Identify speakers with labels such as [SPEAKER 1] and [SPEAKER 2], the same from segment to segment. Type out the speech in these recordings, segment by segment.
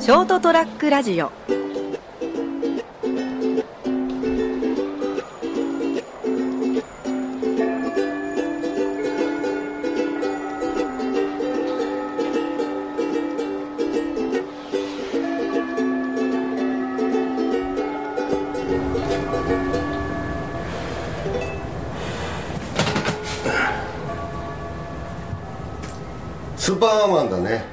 [SPEAKER 1] ショートトラックラジオ
[SPEAKER 2] スーパーマンだね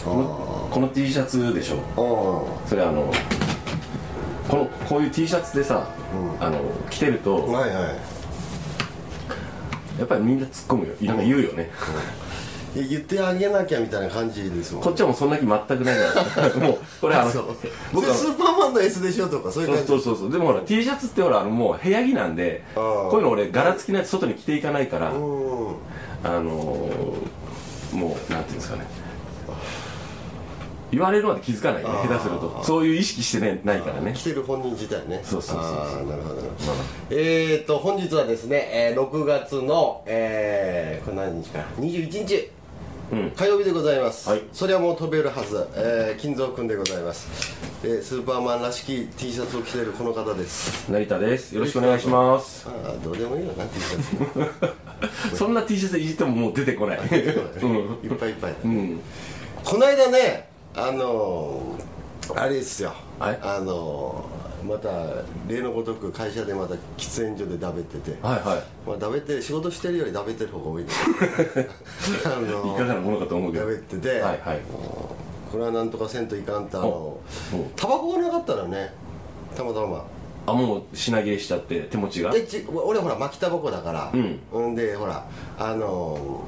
[SPEAKER 2] あ
[SPEAKER 3] この T シャツでしょ
[SPEAKER 2] あは
[SPEAKER 3] それあのこのこういう T シャツでさ、あの着てる
[SPEAKER 2] い
[SPEAKER 3] と
[SPEAKER 2] は
[SPEAKER 3] やっぱりみんな突っ込むよなんか言うよね、
[SPEAKER 2] いいや言ってあげなきゃみたいな感じですもん
[SPEAKER 3] こっちはもうそんな気全くないから もうこれあの
[SPEAKER 2] そう
[SPEAKER 3] 僕
[SPEAKER 2] 僕
[SPEAKER 3] は
[SPEAKER 2] スーパーマンの S でしょとかそういう
[SPEAKER 3] そう
[SPEAKER 2] 感じ
[SPEAKER 3] そうそうそうでもほら T シャツってほらあのもう部屋着なんで
[SPEAKER 2] あー
[SPEAKER 3] こういうの俺柄付きのやつ外に着ていかないから、
[SPEAKER 2] うん
[SPEAKER 3] あのーもうなんていうんですかね言われるまで気づかないよね下手するとそういう意識してねないからね
[SPEAKER 2] 来てる本人自体ね
[SPEAKER 3] そうそうそうそう
[SPEAKER 2] ああなるほどなるほどえーと本日はですね、えー6月のえーこれ何日か21日
[SPEAKER 3] うん
[SPEAKER 2] 火曜日でございます、
[SPEAKER 3] はい
[SPEAKER 2] それはもう飛べるはず、えー、金蔵君でございます、えースーパーマンらしき T シャツを着ているこの方です
[SPEAKER 3] 成田ですよろしくお願いします
[SPEAKER 2] ああどうでもいいよな T シャツ
[SPEAKER 3] そんな T シャツいじってももう出てこないうん
[SPEAKER 2] いっぱいいっぱい、
[SPEAKER 3] うん
[SPEAKER 2] この間ねあのー、あれですよ
[SPEAKER 3] はい
[SPEAKER 2] あのー、また例のごとく会社でまた喫煙所でだべってて、
[SPEAKER 3] はいは
[SPEAKER 2] まあ、だべって仕事してるよりだべってる方が多いんです あ
[SPEAKER 3] いい
[SPEAKER 2] の
[SPEAKER 3] か
[SPEAKER 2] ー、
[SPEAKER 3] がなものかと思うけど
[SPEAKER 2] だべってて、
[SPEAKER 3] はいはい
[SPEAKER 2] これはなんとかせんといかんとあの
[SPEAKER 3] おお
[SPEAKER 2] タバコがなかったらねたまたま
[SPEAKER 3] あもう品切れしちゃって手持ちが
[SPEAKER 2] でち俺ほら巻きタバコだから、
[SPEAKER 3] うん
[SPEAKER 2] んでほらあの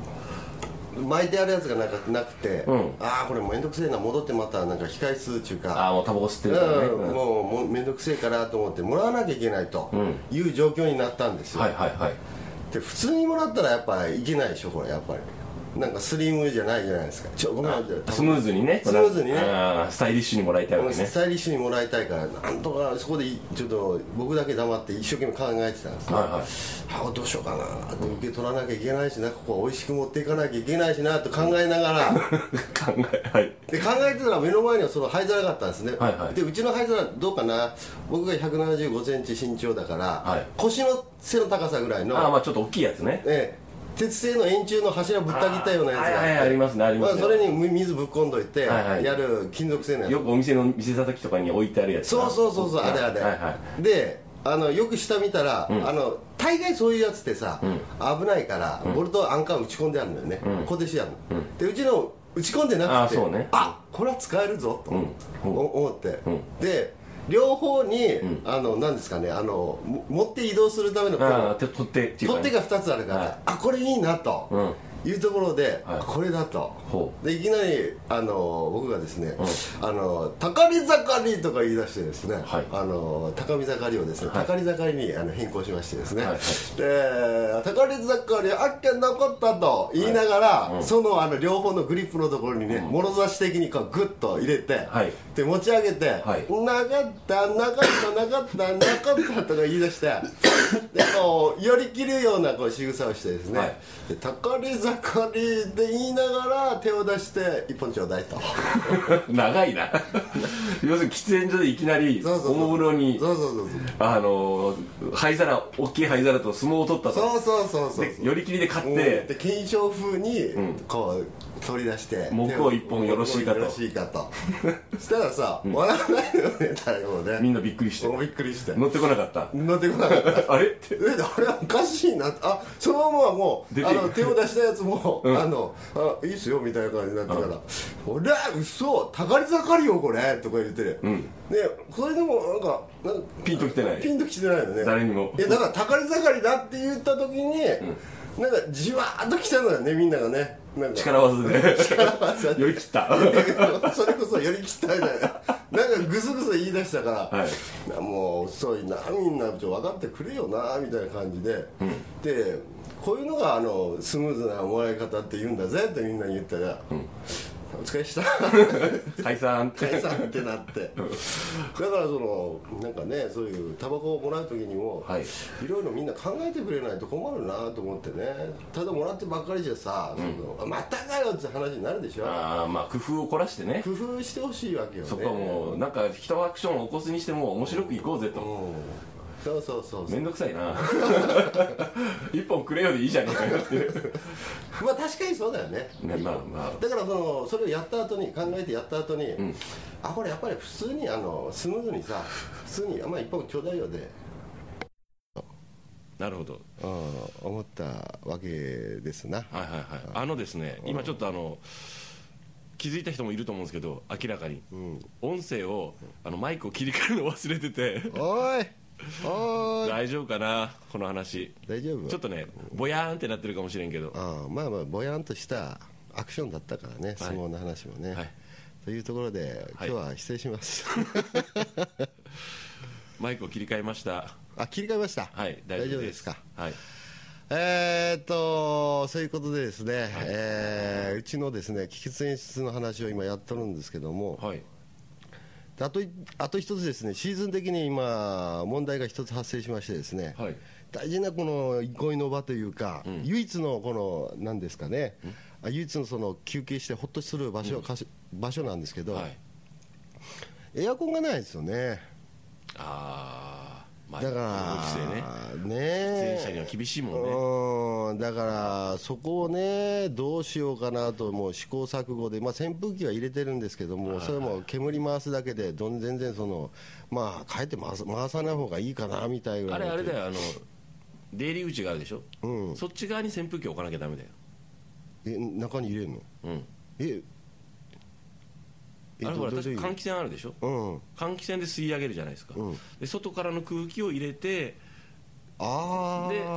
[SPEAKER 2] ー巻いてあるやつがなんかなくて、
[SPEAKER 3] うん
[SPEAKER 2] ああこれ面倒くせえな戻ってまたなんか控え室っていうか
[SPEAKER 3] あもうタバコ吸って
[SPEAKER 2] う
[SPEAKER 3] るからねうん
[SPEAKER 2] ん、もうもう面倒くせえからと思ってもらわなきゃいけないと
[SPEAKER 3] うん
[SPEAKER 2] いう状況になったんですよ、
[SPEAKER 3] はいはいはい
[SPEAKER 2] で普通にもらったらやっぱいけないでしょこれやっぱりなんかスリムじゃないじゃないですかちょごめん
[SPEAKER 3] スムーズにね
[SPEAKER 2] スムーズにね
[SPEAKER 3] あースタイリッシュにもらいたいわけね
[SPEAKER 2] スタイリッシュにもらいたいからなんとかそこでちょっと僕だけ黙って一生懸命考えてたんですね
[SPEAKER 3] はいはい
[SPEAKER 2] あどうしようかなと受け取らなきゃいけないしなここは美味しく持っていかなきゃいけないしなと考えながら
[SPEAKER 3] 考えはい
[SPEAKER 2] で考えてたら目の前にはその灰皿があったんですね、
[SPEAKER 3] はいはい
[SPEAKER 2] でうちの灰皿どうかな僕が1 7 5ンチ身長だから、
[SPEAKER 3] はい
[SPEAKER 2] 腰の背の高さぐらいの、
[SPEAKER 3] あーまあちょっと大きいやつね
[SPEAKER 2] ええ鉄製の円柱の柱ぶった切ったようなやつがあっ
[SPEAKER 3] はい
[SPEAKER 2] て
[SPEAKER 3] はいありますねありますね
[SPEAKER 2] それに水ぶっ込んどいて
[SPEAKER 3] はいはい
[SPEAKER 2] やる金属製のやつ
[SPEAKER 3] よくお店の店先とかに置いてあるやつ
[SPEAKER 2] そうそうそうそうあれあれ、
[SPEAKER 3] はいはい
[SPEAKER 2] であのよく下見たら、
[SPEAKER 3] ん
[SPEAKER 2] あの大概そういうやつってさ、危ないから、ボルトアンカー打ち込んであるのよね、小手しやるの、でうちの打ち込んでなくて
[SPEAKER 3] あそうね
[SPEAKER 2] あこれは使えるぞと、
[SPEAKER 3] うん
[SPEAKER 2] お思って、
[SPEAKER 3] うん
[SPEAKER 2] で両方に、あのなんですかねあのも持って移動するためのこの
[SPEAKER 3] ああ取っ手って
[SPEAKER 2] 取
[SPEAKER 3] いうか
[SPEAKER 2] っ
[SPEAKER 3] ね
[SPEAKER 2] 手が2つあるから、
[SPEAKER 3] はい
[SPEAKER 2] あこれいいなと、
[SPEAKER 3] うん
[SPEAKER 2] いうところで、
[SPEAKER 3] はい
[SPEAKER 2] これだと
[SPEAKER 3] ほ
[SPEAKER 2] でいきなりあの僕がですね「あの高り盛り」とか言い出してですね、
[SPEAKER 3] はい
[SPEAKER 2] あの高見盛りをですね、
[SPEAKER 3] はい
[SPEAKER 2] 高り盛りにあの変更しましてですね、
[SPEAKER 3] はいはい
[SPEAKER 2] で高り盛りあっけ残ったと言いながら、そのあの両方のグリップのところにね、もろ差し的にこうグッと入れて、
[SPEAKER 3] はい
[SPEAKER 2] で持ち上げて、
[SPEAKER 3] はい
[SPEAKER 2] なかったなかったなかったなかったとか言い出して でこう寄り切るようなこう仕草をしてですね、
[SPEAKER 3] はい
[SPEAKER 2] で「たかりざかり」で言いながら手を出して「一本ちょうだい」と
[SPEAKER 3] 長いな 要するに喫煙所でいきなり
[SPEAKER 2] そうそうそ
[SPEAKER 3] お
[SPEAKER 2] う
[SPEAKER 3] もむろに
[SPEAKER 2] そうそうそう
[SPEAKER 3] あのー灰皿大きい灰皿と相撲を取ったと
[SPEAKER 2] そうそうそうそう
[SPEAKER 3] で寄り切りで勝
[SPEAKER 2] う
[SPEAKER 3] っ
[SPEAKER 2] ん
[SPEAKER 3] て、
[SPEAKER 2] で金賞風にこう取り出して
[SPEAKER 3] 木を一本よろしいか
[SPEAKER 2] 木
[SPEAKER 3] と
[SPEAKER 2] をよろしいか としたらさ笑わないよね誰もね
[SPEAKER 3] みんなびっくりして
[SPEAKER 2] もうびっくりして
[SPEAKER 3] 乗ってこな かった
[SPEAKER 2] 乗ってこなかった
[SPEAKER 3] あれって
[SPEAKER 2] えあれおかしいなあそのままも
[SPEAKER 3] 出
[SPEAKER 2] う
[SPEAKER 3] て
[SPEAKER 2] あの手を出したやつ も、あのあいいっすよみたいな感じになったから「俺嘘たがり盛りよこれ」とか言ってる、
[SPEAKER 3] ん
[SPEAKER 2] でそれでもなんかなんか
[SPEAKER 3] ピンときてない
[SPEAKER 2] ピンときてないよね
[SPEAKER 3] 誰にも
[SPEAKER 2] いやだからたがり盛りだって言った時に、なんかじわーっときたのよねみんながねなんか
[SPEAKER 3] 力技で
[SPEAKER 2] 力 技で
[SPEAKER 3] 酔い切った
[SPEAKER 2] それこそ寄り切ったみたいななんかグズグズ言い出したから、
[SPEAKER 3] はい
[SPEAKER 2] なもう遅いなみんなちょ分かってくれよなみたいな感じで、でこういうのがあのスムーズなもらい方って言うんだぜってみんなに言ったら、お疲れした
[SPEAKER 3] 解散って
[SPEAKER 2] 解散ってなってだからそのなんかねそういうタバコをもらう時にも、
[SPEAKER 3] はい
[SPEAKER 2] い、ろいろみんな考えてくれないと困るなと思ってねただもらってばっかりじゃさ、そのまたかよって話になるでしょ
[SPEAKER 3] ああまあ工夫を凝らしてね
[SPEAKER 2] 工夫してほしいわけよね
[SPEAKER 3] そこはもうなんか一アクションを起こすにしても面白くいこうぜと
[SPEAKER 2] うんそうそうそうそ
[SPEAKER 3] め
[SPEAKER 2] うん
[SPEAKER 3] どくさいな 一本くれよでいいじゃねえかよっ ていう
[SPEAKER 2] まあ確かにそうだよね
[SPEAKER 3] ねまあまあ
[SPEAKER 2] だからそのそれをやった後に考えてやった後に、あこれやっぱり普通にあのスムーズにさ普通にあまあ一本ちょうだいよで
[SPEAKER 3] なるほど
[SPEAKER 2] 思ったわけですな
[SPEAKER 3] はいはいはいあのですね今ちょっとあの気づいた人もいると思うんですけど明らかに、音声をあのマイクを切り替えるの忘れてて
[SPEAKER 2] おいおい
[SPEAKER 3] 大丈夫かなこの話
[SPEAKER 2] 大丈夫
[SPEAKER 3] ちょっとねぼやーんってなってるかもしれんけど
[SPEAKER 2] ああまあまあぼやんとしたアクションだったからね、相撲の話もね、
[SPEAKER 3] はい
[SPEAKER 2] というところで今
[SPEAKER 3] はい
[SPEAKER 2] 日は失礼し ます、
[SPEAKER 3] マイクを切り替えました
[SPEAKER 2] あ切り替えました
[SPEAKER 3] はい大丈夫です
[SPEAKER 2] か
[SPEAKER 3] はい
[SPEAKER 2] えー、っとそういうことでですね、えーうちのですね聞き演出の話を今やっとるんですけども、
[SPEAKER 3] はい
[SPEAKER 2] あといあと一つですね、シーズン的に今、問題が一つ発生しましてですね、
[SPEAKER 3] はい
[SPEAKER 2] 大事なこの憩いの場というか、唯一のこの、なんですかね、あ唯一のその休憩してほっとする場所,、かし場所なんですけど、
[SPEAKER 3] はい
[SPEAKER 2] エアコンがないですよね、
[SPEAKER 3] ああまあ
[SPEAKER 2] だ
[SPEAKER 3] このご時世ね
[SPEAKER 2] から、ね
[SPEAKER 3] 出
[SPEAKER 2] え
[SPEAKER 3] 演者には厳しいもん
[SPEAKER 2] う
[SPEAKER 3] ね
[SPEAKER 2] んだから、そこをね、どうしようかなと、もう試行錯誤で、まあ、扇風機は入れてるんですけども、それも煙回すだけで、どん全然その、まあ、かえって回す回さない方がいいかなみたいな、
[SPEAKER 3] あれあれだ
[SPEAKER 2] よ、
[SPEAKER 3] よあの出入り口があるでしょ、
[SPEAKER 2] うん
[SPEAKER 3] そっち側に扇風機置かなきゃダメだよ
[SPEAKER 2] え中に入れるの、
[SPEAKER 3] うん
[SPEAKER 2] え、
[SPEAKER 3] あれほら
[SPEAKER 2] ど
[SPEAKER 3] 確か換気扇あるでしょ
[SPEAKER 2] うん、
[SPEAKER 3] 換気扇で吸い上げるじゃないですか、
[SPEAKER 2] うん
[SPEAKER 3] で外からの空気を入れて
[SPEAKER 2] あー
[SPEAKER 3] であ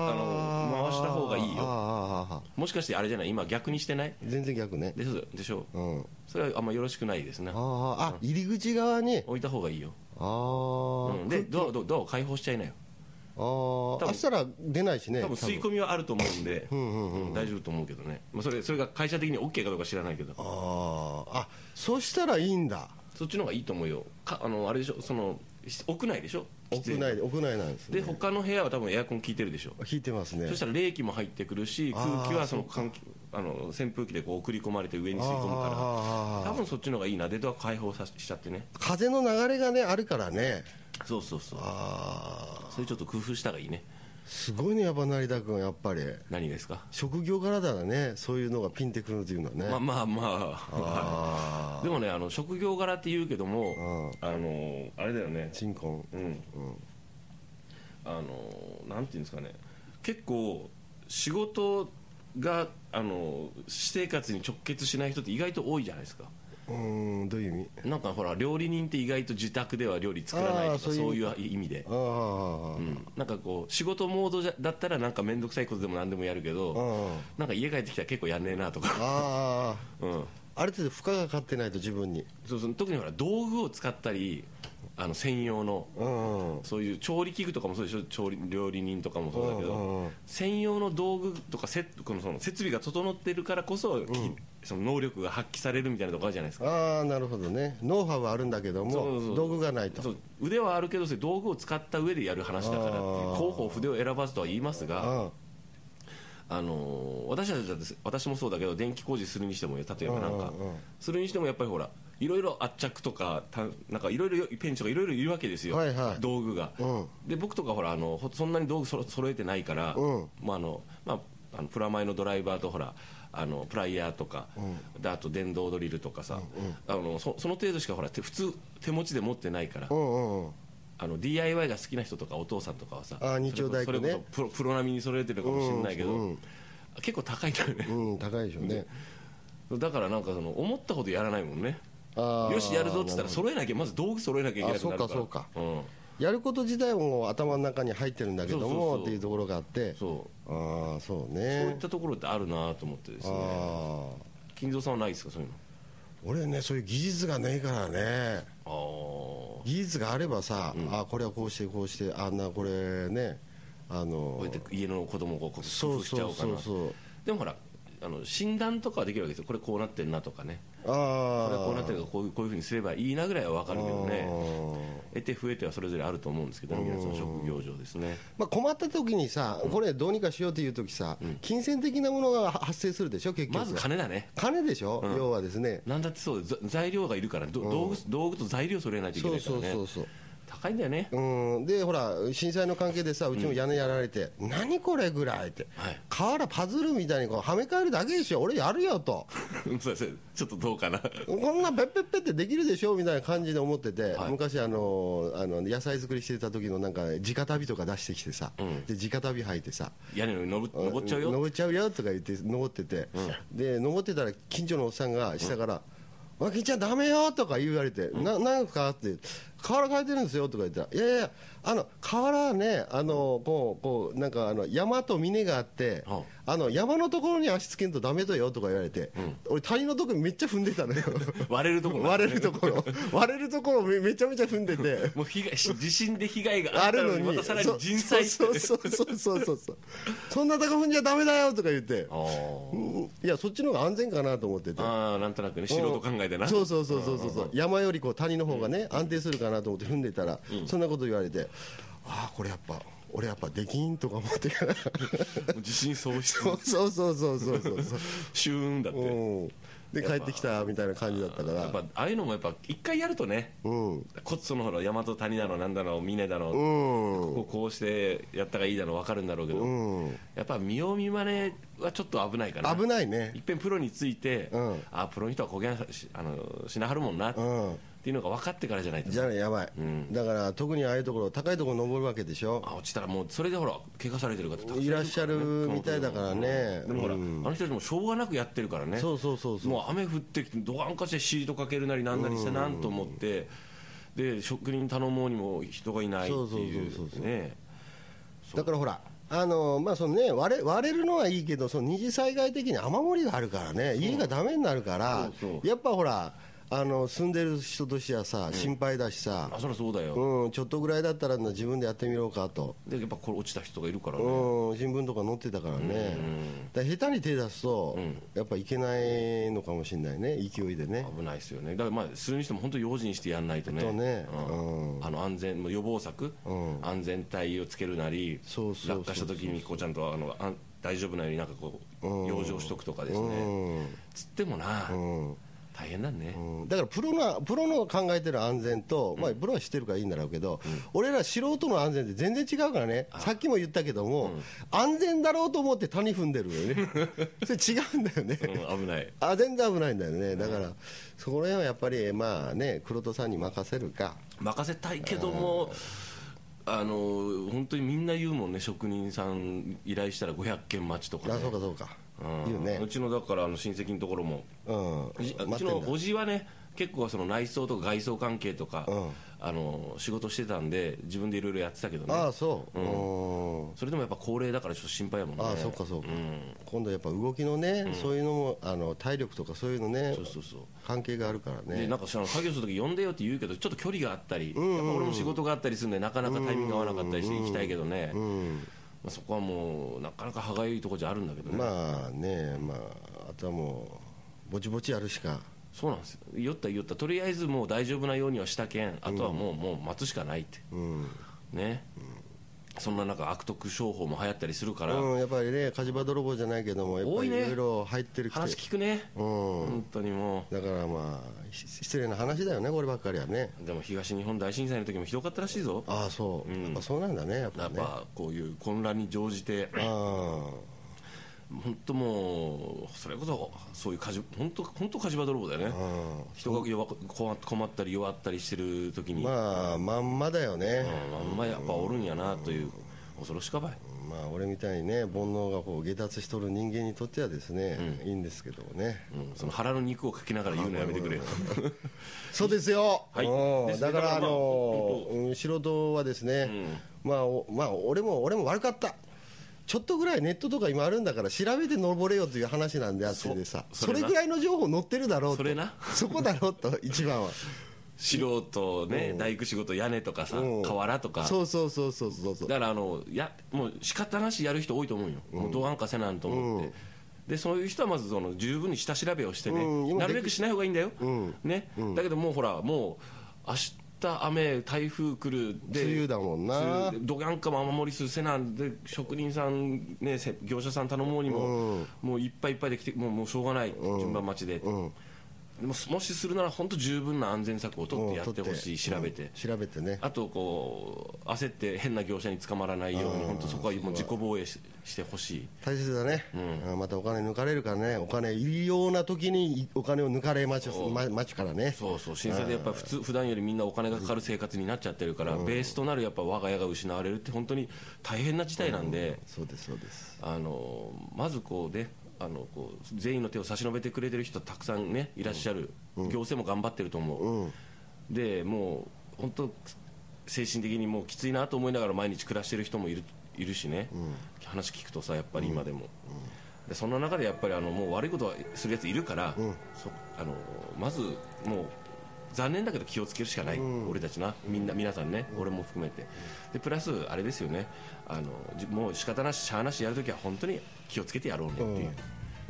[SPEAKER 3] の回した方がいいよ
[SPEAKER 2] あーあーあーあ
[SPEAKER 3] もしかしてあれじゃない今逆にしてない
[SPEAKER 2] ー全然逆ね、
[SPEAKER 3] でそうでしょ
[SPEAKER 2] うん、あー
[SPEAKER 3] それはあんまよろしくないですね
[SPEAKER 2] あー、あ入り口側に、
[SPEAKER 3] 置いた方がいいよ、
[SPEAKER 2] あ
[SPEAKER 3] う
[SPEAKER 2] ー、
[SPEAKER 3] ん、でドアドアドアを開放しちゃいなよ
[SPEAKER 2] あー
[SPEAKER 3] 多分
[SPEAKER 2] あしたら出ないしね、
[SPEAKER 3] 多分吸い込みはあると思うんで
[SPEAKER 2] んうん
[SPEAKER 3] うん大丈夫と思うけどね、まあ、それそれが会社的に OK かどうか知らないけど
[SPEAKER 2] あーあそしたらいいんだ
[SPEAKER 3] そっちの方がいいと思うよかあのあれでしょそのし屋内でしょ
[SPEAKER 2] 屋内で屋内なんです
[SPEAKER 3] で
[SPEAKER 2] ね
[SPEAKER 3] 他の部屋は多分エアコン効いてるでしょ
[SPEAKER 2] 引いてますね
[SPEAKER 3] そしたら冷気も入ってくるし
[SPEAKER 2] あー
[SPEAKER 3] 空気はその換気あの扇風機でこう送り込まれて上に吸い込むか
[SPEAKER 2] あ
[SPEAKER 3] ら
[SPEAKER 2] ー
[SPEAKER 3] 多分そっちの方がいいなでドア開放さしちゃってね
[SPEAKER 2] 風の流れがねあるからね
[SPEAKER 3] そうそうそう
[SPEAKER 2] ああ
[SPEAKER 3] それちょっと工夫した方がいいね
[SPEAKER 2] すごいねやっぱ成田君やっぱり
[SPEAKER 3] 何がですか、
[SPEAKER 2] 職業柄だねそういうのがピンってくるっていうのはね、
[SPEAKER 3] まあまあま
[SPEAKER 2] あ
[SPEAKER 3] あでもねあの職業柄って言うけどもあのあれだよね
[SPEAKER 2] 鎮魂
[SPEAKER 3] うん、あのなんていうんですかね結構仕事があの私生活に直結しない人って意外と多いじゃないですか
[SPEAKER 2] うーんどういう意味
[SPEAKER 3] なんかほら料理人って意外と自宅では料理作らないと
[SPEAKER 2] あ
[SPEAKER 3] か
[SPEAKER 2] ー
[SPEAKER 3] そ
[SPEAKER 2] そうういう
[SPEAKER 3] いう意味で、
[SPEAKER 2] ああ、
[SPEAKER 3] う、
[SPEAKER 2] うん
[SPEAKER 3] なんかこう仕事モードじゃだったらなんか面倒くさいことでも何でもやるけど
[SPEAKER 2] あ
[SPEAKER 3] なんか家帰ってきたら結構やんねえな とか、
[SPEAKER 2] あ
[SPEAKER 3] うん、
[SPEAKER 2] ある程度負荷がかかってないと自分に
[SPEAKER 3] そうそう特にほら道具を使ったりあの専用の
[SPEAKER 2] うん
[SPEAKER 3] そういう調理器具とかもそうでしょ調理料理人とかもそうだけど、
[SPEAKER 2] うんうん
[SPEAKER 3] 専用の道具とかセットこのその設備が整ってるからこそ,き、その能力が発揮されるみたいなとこあるじゃないですか
[SPEAKER 2] ああなるほどねノウハウはあるんだけども
[SPEAKER 3] そうそうそう
[SPEAKER 2] 道具がないと
[SPEAKER 3] そう腕はあるけどそれ道具を使った上でやる話だからっていう
[SPEAKER 2] あー
[SPEAKER 3] 候補筆を選ばずとは言いますが、
[SPEAKER 2] うん
[SPEAKER 3] あのー私たちだって私もそうだけど電気工事するにしてもよ例えばなんか、
[SPEAKER 2] うんうんうん
[SPEAKER 3] するにしてもやっぱりほらいろいろ圧着とかたなんかいろいろペンチとかいろいろいるわけですよ、
[SPEAKER 2] はいはい
[SPEAKER 3] 道具が、
[SPEAKER 2] うん
[SPEAKER 3] で僕とかほらあのほそんなに道具そろ揃えてないから、
[SPEAKER 2] うん
[SPEAKER 3] まああのまあ、あのプラマイのドライバーとほらあのプライヤーとか、であと電動ドリルとかさ、あのそその程度しかほら手普通手持ちで持ってないから、
[SPEAKER 2] うんうんうん
[SPEAKER 3] あの DIY が好きな人とかお父さんとかはさ
[SPEAKER 2] あー日曜大
[SPEAKER 3] そ
[SPEAKER 2] 工
[SPEAKER 3] れ
[SPEAKER 2] ね
[SPEAKER 3] こそプロプロ並みに揃えてるかもしれないけど、
[SPEAKER 2] うんうん
[SPEAKER 3] 結構高いんだよね、
[SPEAKER 2] うん、高いでしょうね。
[SPEAKER 3] だからなんかその思ったほどやらないもんね
[SPEAKER 2] あー
[SPEAKER 3] よしやるぞって言ったら揃えなきゃまず道具揃えなきゃいけなくなるから
[SPEAKER 2] あそうか
[SPEAKER 3] そうか、ん、
[SPEAKER 2] やること自体ももう頭の中に入ってるんだけども
[SPEAKER 3] そうそうそう
[SPEAKER 2] っていうところがあって、
[SPEAKER 3] そう
[SPEAKER 2] ああ、そう
[SPEAKER 3] そういっ
[SPEAKER 2] ね。
[SPEAKER 3] たところってあるなと思ってですね
[SPEAKER 2] ああ、
[SPEAKER 3] 金蔵さんはないですかそういうの
[SPEAKER 2] 俺ね、そういう技術がないからね。
[SPEAKER 3] ああ
[SPEAKER 2] 技術があればさ、ああ、これはこうして、こうして、あんな、これね、あ
[SPEAKER 3] こ
[SPEAKER 2] の
[SPEAKER 3] うやっ、て家の子供をこう工
[SPEAKER 2] そ
[SPEAKER 3] 夫
[SPEAKER 2] う
[SPEAKER 3] しちゃ
[SPEAKER 2] そ
[SPEAKER 3] お
[SPEAKER 2] う
[SPEAKER 3] うか
[SPEAKER 2] そう
[SPEAKER 3] な
[SPEAKER 2] そう。
[SPEAKER 3] でもほらあの診断とかはできるわけですよこれこうなってんなとかね
[SPEAKER 2] あ
[SPEAKER 3] こ
[SPEAKER 2] あ
[SPEAKER 3] れこうなってるからこういうこういうふうにすればいいなぐらいは分かるけどね
[SPEAKER 2] ね
[SPEAKER 3] 得て増えてはそれぞれあると思うんですけどね皆さん職業上ですね
[SPEAKER 2] まあ、困った時にさ、これどうにかしようという時さ、金銭的なものが発生するでしょ、結局
[SPEAKER 3] ま
[SPEAKER 2] は
[SPEAKER 3] ず金だね
[SPEAKER 2] 金でしょ、要はですね、
[SPEAKER 3] なんだってそうざ材料がいるからど道具道具と材料揃えないといけ
[SPEAKER 2] そ
[SPEAKER 3] な
[SPEAKER 2] う
[SPEAKER 3] いから
[SPEAKER 2] そうそ
[SPEAKER 3] ね
[SPEAKER 2] うそう、
[SPEAKER 3] 高いんだよね
[SPEAKER 2] うん、でほら、震災の関係でさ、うちも屋根やられて、何これぐらいって、
[SPEAKER 3] はい
[SPEAKER 2] 瓦パズルみたいにこうはめ替えるだけでしょ、俺やるよと、
[SPEAKER 3] そうですちょっとどうかな
[SPEAKER 2] こんなペッペッペってできるでしょみたいな感じで思ってて、
[SPEAKER 3] はい
[SPEAKER 2] 昔あのあの、野菜作りしてた時のなんか、直旅とか出してきてさ、で直旅履いてさ、
[SPEAKER 3] 屋根の上に登登っちゃうよ
[SPEAKER 2] 登っちゃうよとか言って登ってて、で登ってたら近所のおっさんが下から「わきちゃんダメよ」とか言われて「ななんか?」って「瓦変えてるんですよ」とか言ったら「いやいやいやあの瓦はねあのこうこうなんかあの山と峰があって、
[SPEAKER 3] うん
[SPEAKER 2] あの山のところに足つけんとダメだよ」とか言われて、俺谷のとこめっちゃ踏んでたのよ
[SPEAKER 3] 割れるところ
[SPEAKER 2] 割れるところ割れるところめめちゃめちゃ踏んでて。
[SPEAKER 3] もう被害地震で被害があ
[SPEAKER 2] あ
[SPEAKER 3] った
[SPEAKER 2] る
[SPEAKER 3] の
[SPEAKER 2] の
[SPEAKER 3] に
[SPEAKER 2] に、
[SPEAKER 3] またさらに人災って
[SPEAKER 2] そうそうそうそうそうそう、そんなとこ踏んじゃだめだよとか言って、
[SPEAKER 3] あー
[SPEAKER 2] うんいや、そっちの方が安全かなと思ってて。
[SPEAKER 3] あーなんとなくね素人考えでな
[SPEAKER 2] そうそうそうそうそうそう山よりこう谷の方がね安定するかなと思って踏んでたらそんなこと言われてああこれやっぱ俺やっぱできんとか思 ってから
[SPEAKER 3] もう地震喪失
[SPEAKER 2] そうそうそうそうそうそう
[SPEAKER 3] シューンだって
[SPEAKER 2] うんで帰ってきたみたいな感じだったか
[SPEAKER 3] やっ
[SPEAKER 2] ら
[SPEAKER 3] ぱああいうのもやっぱ一回やるとね
[SPEAKER 2] うん
[SPEAKER 3] コツそのほら山と谷だのなんだの峰だの、
[SPEAKER 2] う
[SPEAKER 3] こ
[SPEAKER 2] ん
[SPEAKER 3] ここうしてやったらいいだの分かるんだろうけど、
[SPEAKER 2] うん
[SPEAKER 3] やっぱ見よう見まねはちょっと危ないかな
[SPEAKER 2] 危
[SPEAKER 3] い
[SPEAKER 2] ないね
[SPEAKER 3] っぺんプロについて、
[SPEAKER 2] うん
[SPEAKER 3] あプロの人はこげんしあのしなはるもんな、
[SPEAKER 2] う
[SPEAKER 3] っ
[SPEAKER 2] ん
[SPEAKER 3] ていうのが分かってからじゃないと
[SPEAKER 2] じゃあやばいだから特にああいうところ高いところ登るわけでしょ
[SPEAKER 3] あ落ちたらもうそれでほら怪我されてる方たくさん
[SPEAKER 2] いらっしゃる
[SPEAKER 3] からね
[SPEAKER 2] みたいだからね
[SPEAKER 3] でもほら、
[SPEAKER 2] うん
[SPEAKER 3] あの人たちもしょうがなくやってるからね
[SPEAKER 2] そうそうそうそう
[SPEAKER 3] もう雨降ってきてどかんかしてシートかけるなりなんなりしてなんと思って、で職人頼もうにも人がいないっていうね
[SPEAKER 2] そうそうそうそうだからほら、あのまあそのね、割れ割れるのはいいけど、その二次災害的に雨漏りがあるからね、家がダメになるから、
[SPEAKER 3] そうそう
[SPEAKER 2] やっぱほらあの、住んでる人としてはさ、心配だしさ、
[SPEAKER 3] あそりゃそうだよ、
[SPEAKER 2] うん、ちょっとぐらいだったらな自分でやってみようかと、
[SPEAKER 3] でやっぱこれ落ちた人がいるからね、
[SPEAKER 2] うん、新聞とか載ってたからね、だから下手に手出すと、やっぱいけないのかもしれないね、勢いでね。
[SPEAKER 3] 危ないですよねだからまあするにしても本当用心してやんないとね
[SPEAKER 2] とね
[SPEAKER 3] うんあの安全もう予防策、
[SPEAKER 2] うん
[SPEAKER 3] 安全帯をつけるなり
[SPEAKER 2] そうそうそうそう
[SPEAKER 3] 落下した時にこうちゃんとあのあん大丈夫なようになんかこう養生しとくとかです
[SPEAKER 2] う
[SPEAKER 3] ね、
[SPEAKER 2] ん
[SPEAKER 3] つってもな、
[SPEAKER 2] うん
[SPEAKER 3] 大変だね、
[SPEAKER 2] うんだからプロがプロの考えてる安全と、まあ、プロは知ってるからいいんだろうけど、俺ら素人の安全って全然違うからね、さっきも言ったけども、安全だろうと思って谷踏んでるよね、それ違うんだよね、
[SPEAKER 3] うん危ない
[SPEAKER 2] あ全然危ないんだよね、だから、そこら辺はやっぱり、まあね、黒戸さんに任せるか、
[SPEAKER 3] 任せたいけどもあの本当にみんな言うもんね職人さん依頼したら500件待ちとか
[SPEAKER 2] あ
[SPEAKER 3] ね
[SPEAKER 2] そうかそうか、
[SPEAKER 3] うん
[SPEAKER 2] 言うね
[SPEAKER 3] う、ちのだからあの親戚のところも
[SPEAKER 2] うん、
[SPEAKER 3] うちうち
[SPEAKER 2] 待って
[SPEAKER 3] の
[SPEAKER 2] んだ
[SPEAKER 3] 叔父はね結構その内装とか外装関係とか、
[SPEAKER 2] うん
[SPEAKER 3] あの仕事してたんで自分でいろいろやってたけどね
[SPEAKER 2] ああ、そう、うん
[SPEAKER 3] それでもやっぱ高齢だからちょっと心配やもんね
[SPEAKER 2] ああ、そうかそうか、
[SPEAKER 3] ん
[SPEAKER 2] 今度やっぱ動きのね、そういうのもあの、体力とかそういうのね
[SPEAKER 3] そうそうそう
[SPEAKER 2] 関係があるからね。
[SPEAKER 3] でなんかその作業するとき呼んでよって言うけどちょっと距離があったり、やっぱ俺も仕事があったりするんでなかなかタイミングが合わなかったりして行きたいけどね、まあ、そこはもうなかなか歯がゆいとこじゃあるんだけどね、
[SPEAKER 2] まあねまああとはもうぼちぼちやるしか
[SPEAKER 3] そうなんですよ酔った酔ったとりあえずもう大丈夫なようにはしたけんあとはもう,、もう待つしかないって、ね、そんな中悪徳商法も流行ったりするから、
[SPEAKER 2] うんやっぱりね火事場泥棒じゃないけどもやっ
[SPEAKER 3] 多
[SPEAKER 2] ぱ
[SPEAKER 3] い
[SPEAKER 2] りい
[SPEAKER 3] ね
[SPEAKER 2] ろいろ入ってるきて
[SPEAKER 3] 話聞くね、
[SPEAKER 2] うん
[SPEAKER 3] 本当にも
[SPEAKER 2] だからまあし失礼な話だよねこればっかりはね
[SPEAKER 3] うでも東日本大震災の時もひどかったらしいぞ
[SPEAKER 2] ああそう、やっぱそうなんだねやっ
[SPEAKER 3] や
[SPEAKER 2] ぱ
[SPEAKER 3] っ
[SPEAKER 2] ね
[SPEAKER 3] ぱこういう混乱に乗じて
[SPEAKER 2] あ
[SPEAKER 3] 本当もうそれこそそういう火事本当本当火事場泥棒だよね
[SPEAKER 2] あうん
[SPEAKER 3] 人が弱困困ったり弱ったりしてる時に、
[SPEAKER 2] まあまんまだよね、
[SPEAKER 3] うんまんまやっぱおるんやなという恐ろしかばい
[SPEAKER 2] まあ俺みたいにね煩悩がこう下脱しとる人間にとってはですね、いいんですけどもね
[SPEAKER 3] うんその腹の肉をかきながら言うのやめてくれよ
[SPEAKER 2] そうですよ、
[SPEAKER 3] はい
[SPEAKER 2] うん
[SPEAKER 3] です
[SPEAKER 2] だ
[SPEAKER 3] ね
[SPEAKER 2] か
[SPEAKER 3] だ
[SPEAKER 2] ら、あ
[SPEAKER 3] からまあ
[SPEAKER 2] のーうん素人はですね、まあ、おまあ、俺も俺も悪かった、ちょっとぐらいネットとか今あるんだから、調べて登れよという話なんであってでさ、
[SPEAKER 3] そ
[SPEAKER 2] そ
[SPEAKER 3] それ
[SPEAKER 2] れ
[SPEAKER 3] な
[SPEAKER 2] ぐらいの情報載ってるだろうと、
[SPEAKER 3] それな
[SPEAKER 2] そこだろうと、一番 は、
[SPEAKER 3] 素人ね大工仕事屋根とかさ
[SPEAKER 2] うん
[SPEAKER 3] 瓦とか
[SPEAKER 2] そうそうそうそうそうそう、
[SPEAKER 3] だからあのやもう仕方なしやる人多いと思うよ、もうどうあんかせなんと思って、でそういう人はまずその十分に下調べをしてね、
[SPEAKER 2] うん今
[SPEAKER 3] なるべくしない方がいいんだよ、
[SPEAKER 2] うん
[SPEAKER 3] ねだけどもうほらもう明日雨台風来るで
[SPEAKER 2] 梅雨だもんな
[SPEAKER 3] 梅雨どがんかも雨漏りするせなんで職人さん、ね、せ業者さん頼もうにも、
[SPEAKER 2] うん
[SPEAKER 3] もういっぱいいっぱいできてもうもうしょうがない、順番待ちで、
[SPEAKER 2] うん
[SPEAKER 3] でももしするなら本当十分な安全策を取ってやってほしい調べて、
[SPEAKER 2] うん調べてね
[SPEAKER 3] あとこう焦って変な業者に捕まらないように本当そこはもう自己防衛ししてほしい
[SPEAKER 2] 大切だね、あまたお金抜かれるからねお金いいような時にお金を抜かれまちま待ちからね
[SPEAKER 3] そうそう震災でやっぱ普通普段よりみんなお金がかかる生活になっちゃってるから、ベースとなるやっぱ我が家が失われるって本当に大変な事態なんで、
[SPEAKER 2] そうですそうです
[SPEAKER 3] あのまずこうねあのこう善意の手を差し伸べてくれてる人たくさんねいらっしゃる、行政も頑張ってると思う、でもう本当精神的にもうきついなと思いながら毎日暮らしてる人もいるいるしね、話聞くとさやっぱり今でも、でそんな中でやっぱりあのもう悪いことはするやついるから、そあのまずもう残念だけど気をつけるしかない、俺たちなみんな皆さんね、俺も含めてでプラスあれですよねあのじもう仕方なししゃあなしやるときは本当に気をつけてやろうねっていう、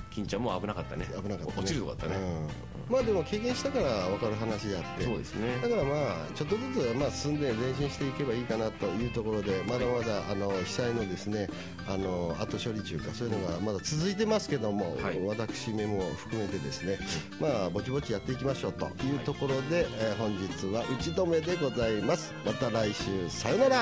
[SPEAKER 3] 金ちゃんも危なかったね
[SPEAKER 2] 危なかった、ね、
[SPEAKER 3] 落ちるとこだったね、
[SPEAKER 2] うんまあでも経験したから分かる話であって
[SPEAKER 3] そうですね
[SPEAKER 2] だからまあちょっとずつまあ進んで前進していけばいいかなというところでまだまだあの被災のですねあの後処理中かそういうのがまだ続いてますけども、
[SPEAKER 3] はい
[SPEAKER 2] 私めも含めてですねまあぼちぼちやっていきましょうというところで、えー本日は打ち止めでございますまた来週さよなら